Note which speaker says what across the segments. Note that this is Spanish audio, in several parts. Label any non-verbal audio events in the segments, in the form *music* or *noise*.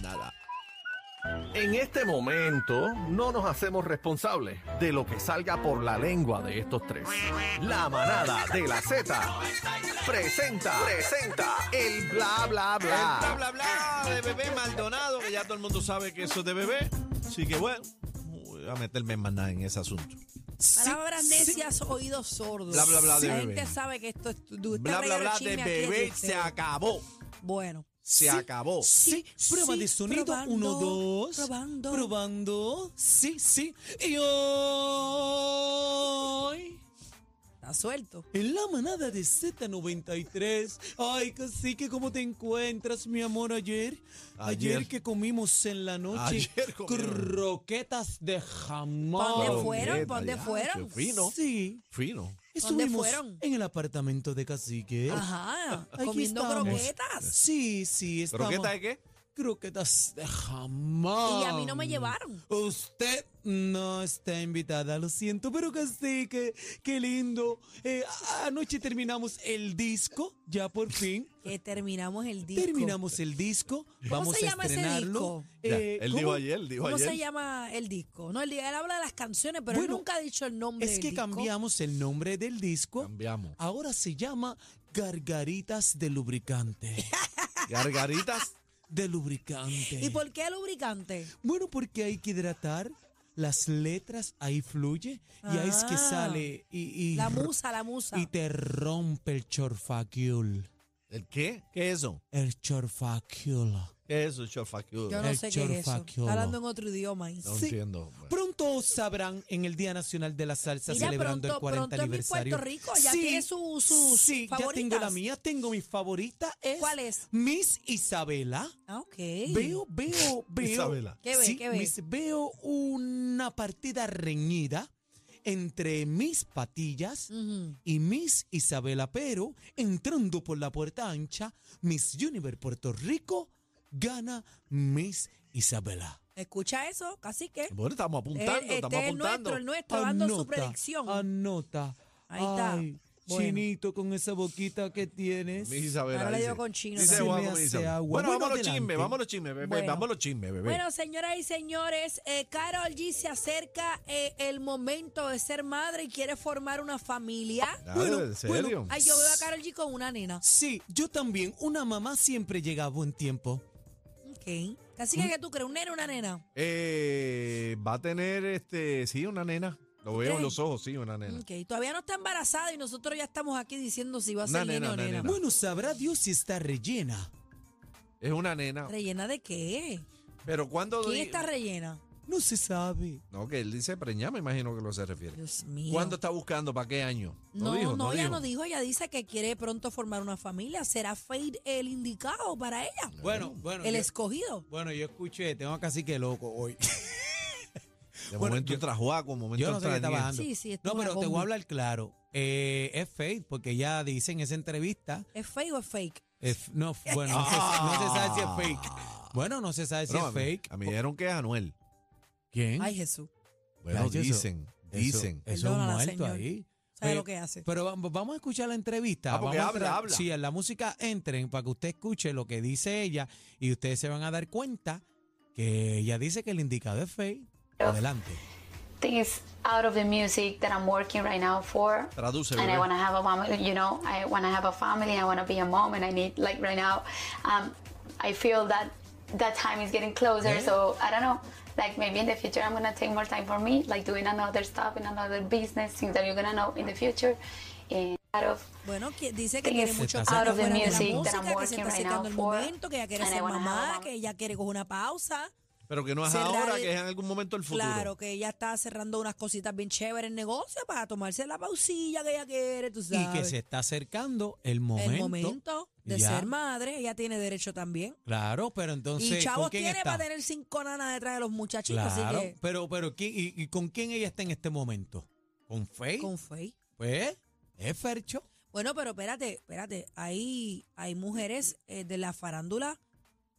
Speaker 1: nada. En este momento no nos hacemos responsables de lo que salga por la lengua de estos tres. La manada de la Z presenta, presenta el bla bla
Speaker 2: El bla,
Speaker 1: bla.
Speaker 2: bla, bla de bebé Maldonado, que ya todo el mundo sabe que eso es de bebé. Así que bueno, no voy a meterme en más nada en ese asunto.
Speaker 3: Palabras necias, oídos sordos.
Speaker 2: Bla, bla, bla de
Speaker 3: La
Speaker 2: bebé.
Speaker 3: gente sabe que esto es tu- tu- este
Speaker 2: Bla, bla,
Speaker 3: reguero
Speaker 2: bla de
Speaker 3: chisme aquí es
Speaker 2: bebé,
Speaker 3: usted.
Speaker 2: se acabó.
Speaker 3: Bueno,
Speaker 2: Se acabó.
Speaker 4: Sí,
Speaker 3: Sí,
Speaker 4: prueba
Speaker 3: sí,
Speaker 4: de sonido.
Speaker 3: probando,
Speaker 4: Uno, dos.
Speaker 3: probando.
Speaker 4: Probando. Sí, sí. Y hoy.
Speaker 3: está suelto.
Speaker 4: En la manada de Z93. Ay, casi que cómo te encuentras, mi amor, ayer. Ayer,
Speaker 2: Ayer.
Speaker 4: que comimos en la noche
Speaker 2: Ayer comieron.
Speaker 4: croquetas de jamón.
Speaker 3: ¿Dónde
Speaker 2: Coroneta,
Speaker 3: fueron? ¿Por dónde
Speaker 2: ya,
Speaker 3: fueron?
Speaker 2: qué Fino,
Speaker 4: Sí.
Speaker 2: fino.
Speaker 3: ¿Dónde
Speaker 4: Estuvimos
Speaker 3: fueron?
Speaker 4: en el apartamento de cacique.
Speaker 3: Ajá,
Speaker 4: Aquí
Speaker 3: comiendo
Speaker 4: estamos.
Speaker 3: croquetas.
Speaker 4: Sí, sí, estamos.
Speaker 2: ¿Croqueta de qué?
Speaker 4: croquetas de jamón.
Speaker 3: Y a mí no me llevaron.
Speaker 4: Usted no está invitada, lo siento, pero casi que qué lindo. Eh, a- anoche terminamos el disco, ya
Speaker 3: *laughs*
Speaker 4: por fin.
Speaker 3: Que terminamos el disco.
Speaker 4: Terminamos el disco, vamos
Speaker 3: se
Speaker 4: a
Speaker 3: llama ese
Speaker 4: estrenarlo.
Speaker 3: disco?
Speaker 2: Ya,
Speaker 4: Eh,
Speaker 2: él
Speaker 4: ¿cómo?
Speaker 2: dijo ayer, él dijo
Speaker 3: ¿Cómo
Speaker 2: ayer.
Speaker 3: se llama el disco? No, él, él habla de las canciones, pero él
Speaker 4: Bueno,
Speaker 3: nunca ha dicho el nombre
Speaker 4: Es
Speaker 3: del
Speaker 4: que
Speaker 3: disco.
Speaker 4: cambiamos el nombre del disco.
Speaker 2: Cambiamos.
Speaker 4: Ahora se llama Gargaritas de Lubricante.
Speaker 3: *laughs*
Speaker 2: Gargaritas.
Speaker 4: De lubricante.
Speaker 3: ¿Y por qué lubricante?
Speaker 4: Bueno, porque hay que hidratar las letras, ahí fluye y ahí es que
Speaker 3: Ah.
Speaker 4: sale y, y
Speaker 3: La musa, la musa.
Speaker 4: y te rompe el chorfaciul.
Speaker 2: ¿El qué? ¿Qué es eso?
Speaker 4: El chorfaciul.
Speaker 2: ¿Qué es eso, Chofacudo?
Speaker 3: Yo no
Speaker 4: el
Speaker 3: sé qué es eso.
Speaker 4: chorfaquiolo.
Speaker 3: Está hablando en otro idioma. ahí.
Speaker 2: No
Speaker 4: Sí.
Speaker 2: entiendo. pues. bueno.
Speaker 4: Pronto sabrán en el Día Nacional de la Salsa
Speaker 3: Mira,
Speaker 4: celebrando
Speaker 3: pronto-
Speaker 4: el
Speaker 3: pronto
Speaker 4: 40
Speaker 3: es mi
Speaker 4: aniversario.
Speaker 3: Puerto Rico, ya tiene su- sus
Speaker 4: Sí, ya tengo la
Speaker 3: favoritas.
Speaker 4: mía, tengo mi favorita es
Speaker 3: ¿Cuál es?
Speaker 4: Miss Isabela.
Speaker 3: Ah, ok.
Speaker 4: Veo, veo, veo.
Speaker 2: Isabela.
Speaker 3: ¿Qué ve,
Speaker 4: Sí,
Speaker 3: qué ve?
Speaker 4: Miss, veo una partida reñida entre mis patillas
Speaker 3: Ujú.
Speaker 4: y Miss Isabela, pero entrando por la puerta ancha, Miss Universe Puerto Rico gana Miss Isabela.
Speaker 3: Escucha eso, casi que.
Speaker 2: Bueno, estamos apuntando,
Speaker 3: este
Speaker 2: estamos
Speaker 3: es el
Speaker 2: apuntando.
Speaker 3: nuestro, el nuestro, dando su predicción.
Speaker 4: Anota.
Speaker 3: Ahí está.
Speaker 4: Ay,
Speaker 3: Bueno.
Speaker 4: Chinito con esa boquita que tienes.
Speaker 2: Mi Isabela
Speaker 3: Ahora le
Speaker 2: dice.
Speaker 3: digo con chino
Speaker 2: Dice,
Speaker 4: también.
Speaker 2: guau,
Speaker 4: Se me
Speaker 2: como
Speaker 4: hace
Speaker 2: Isabela.
Speaker 4: agua.
Speaker 2: Bueno,
Speaker 4: Bueno,
Speaker 2: vamos a los
Speaker 4: adelante.
Speaker 2: chismes, vamos a los chismes, bebé.
Speaker 3: Bueno.
Speaker 2: Vamos a los chismes, bebé.
Speaker 3: Bueno, señoras y señores, eh, Carol G se acerca eh, el momento de ser madre y quiere formar una familia.
Speaker 2: Claro,
Speaker 4: Bueno,
Speaker 2: ¿en
Speaker 4: bueno.
Speaker 2: serio?
Speaker 3: Ay, yo veo a Carol G con una nena.
Speaker 4: Sí, yo también. Una mamá siempre llega a buen tiempo.
Speaker 3: Ok. Así que, ¿qué tú crees? ¿Un nene o una nena?
Speaker 2: Eh, va a tener, este, sí, una nena. Lo veo en
Speaker 3: crees?
Speaker 2: los ojos, sí, una nena.
Speaker 3: Ok. Todavía no está embarazada y nosotros ya estamos aquí diciendo si va a
Speaker 2: Una
Speaker 3: ser nene
Speaker 2: nena,
Speaker 3: o
Speaker 2: una
Speaker 3: nena.
Speaker 2: nena.
Speaker 4: Bueno, sabrá Dios si está rellena.
Speaker 2: Es una nena.
Speaker 3: ¿Rellena de qué?
Speaker 2: Pero cuando...
Speaker 3: ¿Quién está rellena?
Speaker 4: No se sabe.
Speaker 2: No, que él dice preñada, me imagino que lo se refiere.
Speaker 3: Dios mío.
Speaker 2: ¿Cuándo está buscando? ¿Para qué año?
Speaker 3: No, no, ella no dijo, ella dice que quiere pronto formar una familia. ¿Será Fade el indicado para ella?
Speaker 4: Bueno, bueno.
Speaker 3: El
Speaker 4: yo-
Speaker 3: escogido.
Speaker 4: Bueno, yo escuché, tengo casi que loco hoy. *laughs*
Speaker 2: De
Speaker 4: Bueno,
Speaker 2: momento
Speaker 4: yo-
Speaker 2: entra Juaco, de momento
Speaker 4: Yo no sé qué
Speaker 2: entra
Speaker 4: está
Speaker 2: Daniel.
Speaker 4: bajando.
Speaker 3: Sí, sí, esto
Speaker 4: no,
Speaker 3: es una
Speaker 4: pero te voy
Speaker 3: bomba.
Speaker 4: a hablar claro. Eh, es fake, porque ya dice en esa entrevista.
Speaker 3: ¿Es fake o es fake?
Speaker 4: es- no, bueno, no, se, no se sabe si es fake. Bueno, no se sabe si
Speaker 2: No,
Speaker 4: es
Speaker 2: a mí-
Speaker 4: fake.
Speaker 2: A mí me dijeron que es Anuel.
Speaker 4: ¿Quién?
Speaker 3: Ay, Jesús.
Speaker 2: Bueno,
Speaker 4: Ay, eso-
Speaker 2: dicen, dicen.
Speaker 4: Eso, eso es un
Speaker 3: Perdónala,
Speaker 4: muerto
Speaker 3: señor.
Speaker 4: ahí.
Speaker 3: ¿Sabe
Speaker 4: Oye,
Speaker 3: lo que hace?
Speaker 4: Pero vam- vamos a escuchar la entrevista.
Speaker 2: Ah, porque
Speaker 4: vamos a
Speaker 2: habla,
Speaker 4: tra-
Speaker 2: habla.
Speaker 4: Sí, en la música entren para que usted escuche lo que dice ella y ustedes se van a dar cuenta que ella dice que el indicado es fake. Adelante.
Speaker 5: think it's out of the music that I'm working right now for.
Speaker 2: Traduce,
Speaker 5: and I
Speaker 2: bebé.
Speaker 5: want to have a family, you know, I want to have a family, I want to be a mom, and I need, like, right now, um, I feel that that time is getting closer. So I don't know, like, maybe in the future, I'm going to take more time for me, like, doing another stuff in another business, things that you're going to know in the future. And out of
Speaker 3: Bueno, que dice que
Speaker 5: Sí,
Speaker 3: tiene
Speaker 5: se
Speaker 3: mucho
Speaker 4: está
Speaker 3: tiempo fuera de la
Speaker 5: secando. Out of the music that I'm
Speaker 3: música, que se
Speaker 5: working
Speaker 3: está
Speaker 5: right
Speaker 3: secando
Speaker 5: now
Speaker 3: el
Speaker 5: for,
Speaker 3: momento, que ella quiere
Speaker 5: and I
Speaker 3: ser
Speaker 5: wanna have
Speaker 3: mamá,
Speaker 5: a mom.
Speaker 3: que ella quiere coger una pausa.
Speaker 2: Pero que no es
Speaker 3: Cerrar
Speaker 2: ahora,
Speaker 3: el-
Speaker 2: que es en algún momento el futuro.
Speaker 3: Claro, que ella está cerrando unas cositas bien chéveres en negocio para tomarse la pausilla que ella quiere, tú sabes.
Speaker 4: Y que se está acercando el momento.
Speaker 3: El momento de
Speaker 4: Ya.
Speaker 3: ser madre, ella tiene derecho también.
Speaker 4: Claro, pero entonces.
Speaker 3: y chavos
Speaker 4: ¿con quién
Speaker 3: tiene
Speaker 4: está?
Speaker 3: para tener cinco nanas detrás de los muchachitos,
Speaker 4: Claro,
Speaker 3: así
Speaker 4: pero, pero ¿quién- y, y con quién ella está en este momento? ¿Con
Speaker 3: que
Speaker 4: Faye?
Speaker 3: con fe.
Speaker 4: Pues, es Fercho.
Speaker 3: Bueno, pero espérate, espérate. Hay, hay mujeres eh, de la farándula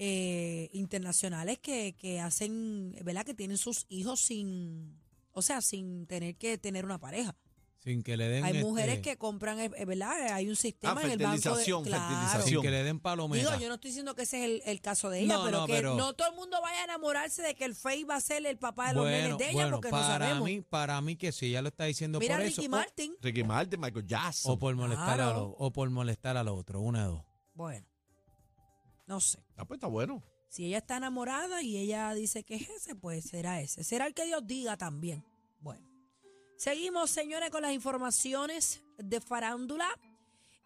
Speaker 3: eh, internacionales que, que hacen, ¿verdad? Que tienen sus hijos sin, o sea, sin tener que tener una pareja.
Speaker 4: Sin que le den.
Speaker 3: Hay
Speaker 4: este,
Speaker 3: mujeres que compran, eh, eh, ¿verdad? Hay un sistema
Speaker 2: Ah,
Speaker 3: en el banco de...
Speaker 2: fertilización,
Speaker 3: Claro.
Speaker 2: fertilización.
Speaker 4: Sin que le den palomera.
Speaker 3: Digo, yo no estoy diciendo que ese es el, el caso de ella,
Speaker 4: No,
Speaker 3: pero
Speaker 4: no,
Speaker 3: que
Speaker 4: pero-
Speaker 3: no todo el mundo vaya a enamorarse de que el Fey va a ser el papá de los nenes de ella,
Speaker 4: bueno,
Speaker 3: porque no
Speaker 4: para
Speaker 3: sabemos.
Speaker 4: mí, para mí que sí, ya lo está diciendo
Speaker 3: Mira a
Speaker 4: por
Speaker 3: Ricky
Speaker 4: eso. o-
Speaker 3: Martin.
Speaker 2: Ricky Martin, Michael Jackson.
Speaker 4: O, por molestar
Speaker 3: Claro.
Speaker 4: a lo- o por molestar al otro, una de dos.
Speaker 3: Bueno, no sé.
Speaker 2: Ah, pues está bueno.
Speaker 3: Si ella está enamorada y ella dice que es ese, pues será ese. Será el que Dios diga también. Bueno, seguimos, señores, con las informaciones de farándula.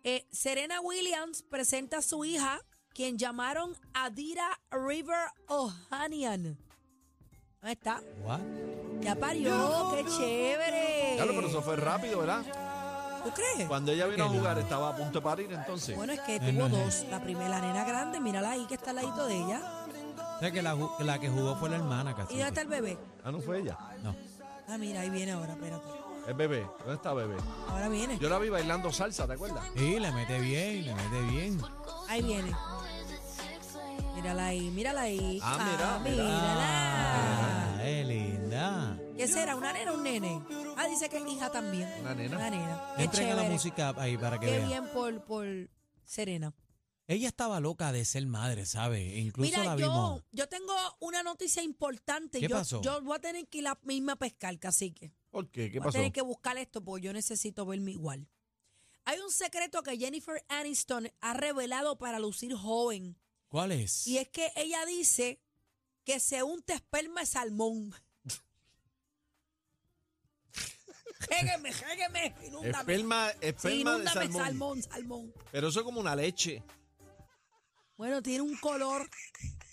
Speaker 3: Eh, Serena Williams presenta a su hija, quien llamaron Adira River Ohanian. Ahí está.
Speaker 4: What?
Speaker 3: Ya parió, qué chévere.
Speaker 2: Claro, pero eso fue rápido, ¿verdad?
Speaker 3: ¿Tú crees?
Speaker 2: Cuando ella vino a
Speaker 4: Que no.
Speaker 2: jugar, estaba a punto de parir entonces.
Speaker 3: Bueno, es que
Speaker 4: No,
Speaker 3: tuvo
Speaker 4: no, no.
Speaker 3: dos. La primera, la nena grande, mírala ahí que está al ladito de ella.
Speaker 4: O sea, que la, ju- la que jugó fue la hermana casi.
Speaker 3: ¿Y dónde está el bebé?
Speaker 2: Ah, no fue ella.
Speaker 4: No.
Speaker 3: Ah, mira, ahí viene ahora, espérate.
Speaker 2: Es bebé. ¿Dónde está bebé?
Speaker 3: Ahora viene.
Speaker 2: Yo la vi bailando salsa, ¿te acuerdas?
Speaker 4: Y le mete bien, le mete bien.
Speaker 3: Ahí viene. Mírala ahí, mírala ahí.
Speaker 2: Ah, mira, mira.
Speaker 4: Ah,
Speaker 3: mírala.
Speaker 4: es linda.
Speaker 3: ¿Qué será? ¿Una nena o un nene? Ah, dice que es hija también.
Speaker 2: Una nena.
Speaker 3: Una nena. Qué
Speaker 4: Entren a la
Speaker 3: chévere.
Speaker 4: música ahí para que
Speaker 3: Qué
Speaker 4: vean.
Speaker 3: bien por, por Serena.
Speaker 4: Ella estaba loca de ser madre, ¿sabe? E Incluso la
Speaker 3: Mira,
Speaker 4: vimos.
Speaker 3: yo, yo tengo una noticia importante.
Speaker 4: ¿Qué
Speaker 3: yo,
Speaker 4: pasó?
Speaker 3: yo voy a tener que ir la misma a pescar, cacique.
Speaker 2: ¿Por qué? ¿Qué
Speaker 3: Voy a
Speaker 2: pasó?
Speaker 3: tener que buscar esto porque yo necesito verme igual. Hay un secreto que Jennifer Aniston ha revelado para lucir joven.
Speaker 4: ¿Cuál es?
Speaker 3: Y es que ella dice que se unta esperma
Speaker 2: *laughs*
Speaker 3: de salmón. Jégueme, jégueme, inúndame.
Speaker 2: Esperma,
Speaker 3: Sí,
Speaker 2: esperma de
Speaker 3: inúndame
Speaker 2: salmón.
Speaker 3: salmón, salmón.
Speaker 2: Pero eso es como una leche.
Speaker 3: Bueno, tiene un color.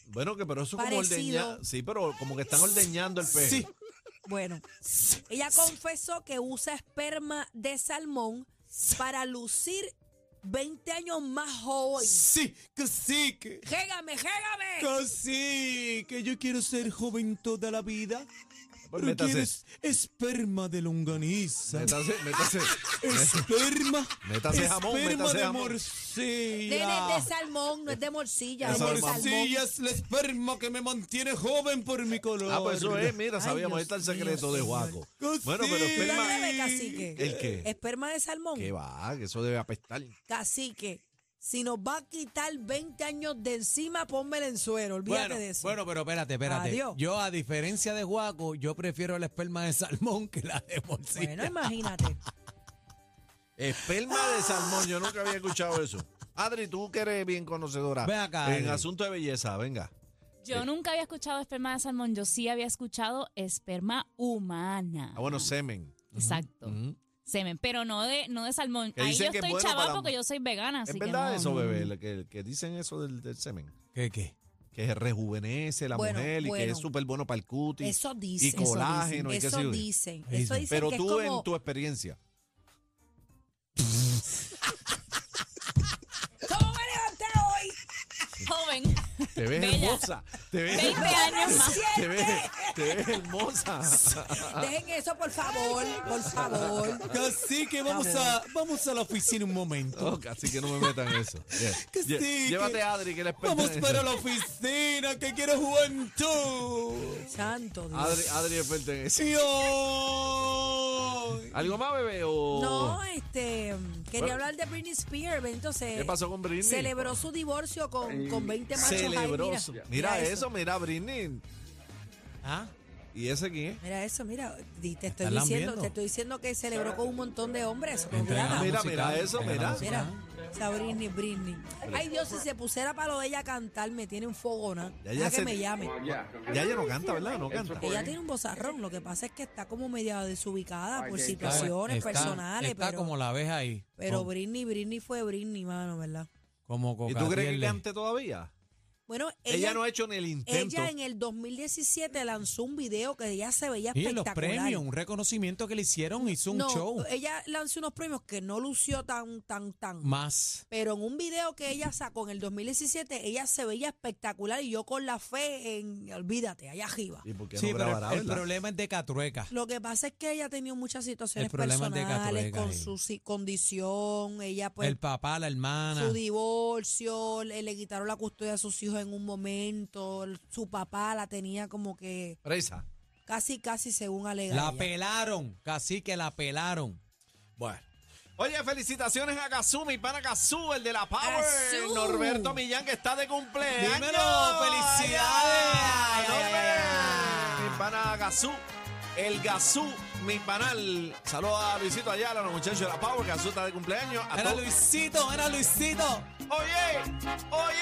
Speaker 2: Bueno, que pero eso es como
Speaker 3: Parecido.
Speaker 2: ordeñar. Sí, pero como que están ordeñando el pez.
Speaker 4: Sí.
Speaker 3: Bueno, ella confesó que usa esperma de salmón para lucir 20 años más joven.
Speaker 4: Sí, que sí, que,
Speaker 3: Jégame, jégame.
Speaker 4: que sí, que yo quiero ser joven toda la vida.
Speaker 2: Pues
Speaker 4: Pero
Speaker 2: métase.
Speaker 4: quiero es- esperma de longaniza.
Speaker 2: Métase,
Speaker 4: *laughs*
Speaker 2: métase.
Speaker 4: Esperma.
Speaker 2: Métase jamón,
Speaker 4: esperma
Speaker 2: métase
Speaker 4: de
Speaker 2: jamón.
Speaker 3: Nene
Speaker 4: morcilla.
Speaker 3: es de salmón, no es de morcilla, es
Speaker 2: Esa
Speaker 3: de
Speaker 2: alma.
Speaker 3: salmón.
Speaker 4: Morcilla es la esperma que me mantiene joven por mi color.
Speaker 2: Ah, pues eso es, mira,
Speaker 3: Ay,
Speaker 2: sabíamos, ahí
Speaker 3: Dios
Speaker 2: está el
Speaker 3: mío,
Speaker 2: secreto de
Speaker 3: señor.
Speaker 2: Juaco.
Speaker 4: Que
Speaker 2: Bueno, pero
Speaker 4: sí.
Speaker 3: ¿Tú te
Speaker 2: esperma.
Speaker 3: atreves, cacique?
Speaker 2: ¿El qué?
Speaker 3: Esperma de salmón.
Speaker 2: ¿Qué va? Que eso debe apestar.
Speaker 3: Cacique, si nos va a quitar 20 años de encima, pónmela en suero. Olvídate
Speaker 4: Bueno,
Speaker 3: de eso.
Speaker 4: bueno,
Speaker 2: pues
Speaker 4: pero espérate, espérate.
Speaker 3: Adiós.
Speaker 4: Yo, a diferencia de Juaco, yo prefiero la esperma de salmón que la de morcilla.
Speaker 3: Bueno, imagínate.
Speaker 2: Esperma de salmón, yo nunca había escuchado eso. Adri, tú que eres bien conocedora
Speaker 4: Ven acá,
Speaker 2: en
Speaker 4: Adri.
Speaker 2: asunto de belleza, venga.
Speaker 6: Yo
Speaker 2: Sí.
Speaker 6: nunca había escuchado esperma de salmón, yo sí había escuchado esperma humana.
Speaker 2: Ah, bueno, semen.
Speaker 6: Exacto.
Speaker 2: Ujú.
Speaker 6: Semen, pero no de, no de salmón.
Speaker 2: Que
Speaker 6: Ahí
Speaker 2: dicen
Speaker 6: yo
Speaker 2: que es
Speaker 6: estoy
Speaker 2: bueno
Speaker 6: chaval
Speaker 2: para-
Speaker 6: porque yo soy vegana.
Speaker 2: ¿Es
Speaker 6: así
Speaker 2: verdad
Speaker 6: que no,
Speaker 2: eso,
Speaker 6: no,
Speaker 2: bebé?
Speaker 6: no.
Speaker 2: lo Que, que dicen eso del, del semen.
Speaker 4: ¿Qué, qué?
Speaker 2: Que rejuvenece la
Speaker 3: Bueno,
Speaker 2: mujer y que
Speaker 3: bueno.
Speaker 2: es súper bueno para el cutis.
Speaker 3: Eso dicen.
Speaker 2: *laughs* Y colágeno y qué sé
Speaker 3: Eso
Speaker 2: yo.
Speaker 3: dicen.
Speaker 4: Ahí
Speaker 3: Eso
Speaker 4: dicen.
Speaker 3: dicen
Speaker 2: Pero
Speaker 3: que
Speaker 2: tú,
Speaker 3: es como...
Speaker 2: en tu experiencia.
Speaker 3: ¿Cómo me levanté hoy?
Speaker 6: *laughs* Joven,
Speaker 2: Te ves
Speaker 6: Bella.
Speaker 2: hermosa. Te ves
Speaker 6: 20 años más.
Speaker 2: Te ves, te ves
Speaker 3: *laughs*
Speaker 2: hermosa.
Speaker 3: Dejen eso, por favor. Por favor.
Speaker 4: Así que vamos a, vamos a la oficina
Speaker 2: *laughs*
Speaker 4: un momento.
Speaker 2: Ok, así que no me metan en eso. Yeah.
Speaker 4: Que
Speaker 2: Lle-
Speaker 4: sí, que-
Speaker 2: Llévate a Adri, que la experta
Speaker 4: Vamos
Speaker 2: en eso.
Speaker 4: para la oficina, que quiero juventud.
Speaker 3: Santo Dios.
Speaker 2: Adri, Adri es experta en eso.
Speaker 4: Y hoy-
Speaker 2: ¿Algo más, bebé? O...
Speaker 3: No, este, quería
Speaker 2: Bueno.
Speaker 3: hablar de Britney Spears. Entonces,
Speaker 2: ¿Qué pasó con Britney?
Speaker 3: Celebró su divorcio con, con 20 machos. ahí, mira.
Speaker 2: Celebroso. Mira, eso. mira Britney.
Speaker 4: Ah,
Speaker 2: ¿Y ese quién es?
Speaker 3: Mira eso, mira, di- te estoy
Speaker 4: ¿Están
Speaker 3: diciendo,
Speaker 4: lambiendo?
Speaker 3: te estoy diciendo que celebró con un montón de hombres.
Speaker 4: Entrega
Speaker 3: obligada.
Speaker 4: la
Speaker 2: mira,
Speaker 4: música,
Speaker 2: mira eso,
Speaker 4: entrega la
Speaker 2: mira.
Speaker 4: música.
Speaker 3: Mira, esa Britney, Britney. Ay Dios, si se pusiera para lo de ella a cantar, me tiene un fogona.
Speaker 2: Ya,
Speaker 3: Ya,
Speaker 2: ya
Speaker 3: que
Speaker 2: se-
Speaker 3: me llame.
Speaker 2: Ya ella no canta, ¿verdad? No canta.
Speaker 3: Ella tiene un bozarrón, lo que pasa es que está como media desubicada por
Speaker 4: Está-
Speaker 3: situaciones
Speaker 4: está-
Speaker 3: personales,
Speaker 4: Está
Speaker 3: pero,
Speaker 4: como la ves ahí.
Speaker 3: pero
Speaker 4: como,
Speaker 3: Britney, Britney fue Britney, mano, ¿verdad?
Speaker 2: ¿Y
Speaker 4: como
Speaker 2: tú
Speaker 4: Cocatiel
Speaker 2: crees que
Speaker 4: le-
Speaker 2: cante todavía?
Speaker 3: Bueno,
Speaker 2: Ella,
Speaker 3: ella,
Speaker 2: no ha hecho ni el intento.
Speaker 3: ella en el 2017 lanzó un video que ella se veía
Speaker 4: Y en los
Speaker 3: espectacular.
Speaker 4: premios, un reconocimiento que le hicieron, hizo un
Speaker 3: no, eh,
Speaker 4: show
Speaker 3: ella lanzó unos premios que no lució tan, tan, tan.
Speaker 4: más.
Speaker 3: Pero en un video que ella sacó en el 2017, ella se veía espectacular y yo con la fe en, olvídate, allá arriba.
Speaker 2: ¿Y por qué
Speaker 4: Sí,
Speaker 2: no
Speaker 4: pero
Speaker 2: grabará,
Speaker 4: el, el
Speaker 2: verdad?
Speaker 4: problema es de Catrueca.
Speaker 3: Lo que pasa es que ella ha tenido muchas situaciones
Speaker 4: El problema es de
Speaker 3: personales
Speaker 4: Catrueca,
Speaker 3: con
Speaker 4: eh.
Speaker 3: su si- condición, ella pues
Speaker 4: el papá, la hermana.
Speaker 3: su divorcio, le, le quitaron la custodia a sus hijos en un momento, el- su papá la tenía como que
Speaker 2: Presa.
Speaker 3: casi casi según alega
Speaker 4: La
Speaker 3: ella.
Speaker 4: pelaron, casi que la pelaron.
Speaker 2: Bueno. Oye, felicitaciones a Gazú, mi pana Gazú, el de la Power.
Speaker 3: Gazú.
Speaker 2: Norberto Millán, que está de cumpleaños.
Speaker 4: Dímelo,
Speaker 2: Ay,
Speaker 4: felicidades.
Speaker 2: ay,
Speaker 4: Ay, ay, ay,
Speaker 2: hombre. Mi pana Gazú, el Gazú, mi panal. Saludos a Luisito Ayala, los muchachos de la Power. Gazú está de cumpleaños. A
Speaker 4: Era
Speaker 2: todos. Oh,
Speaker 4: Luisito, era Luisito.
Speaker 2: Oye, oye.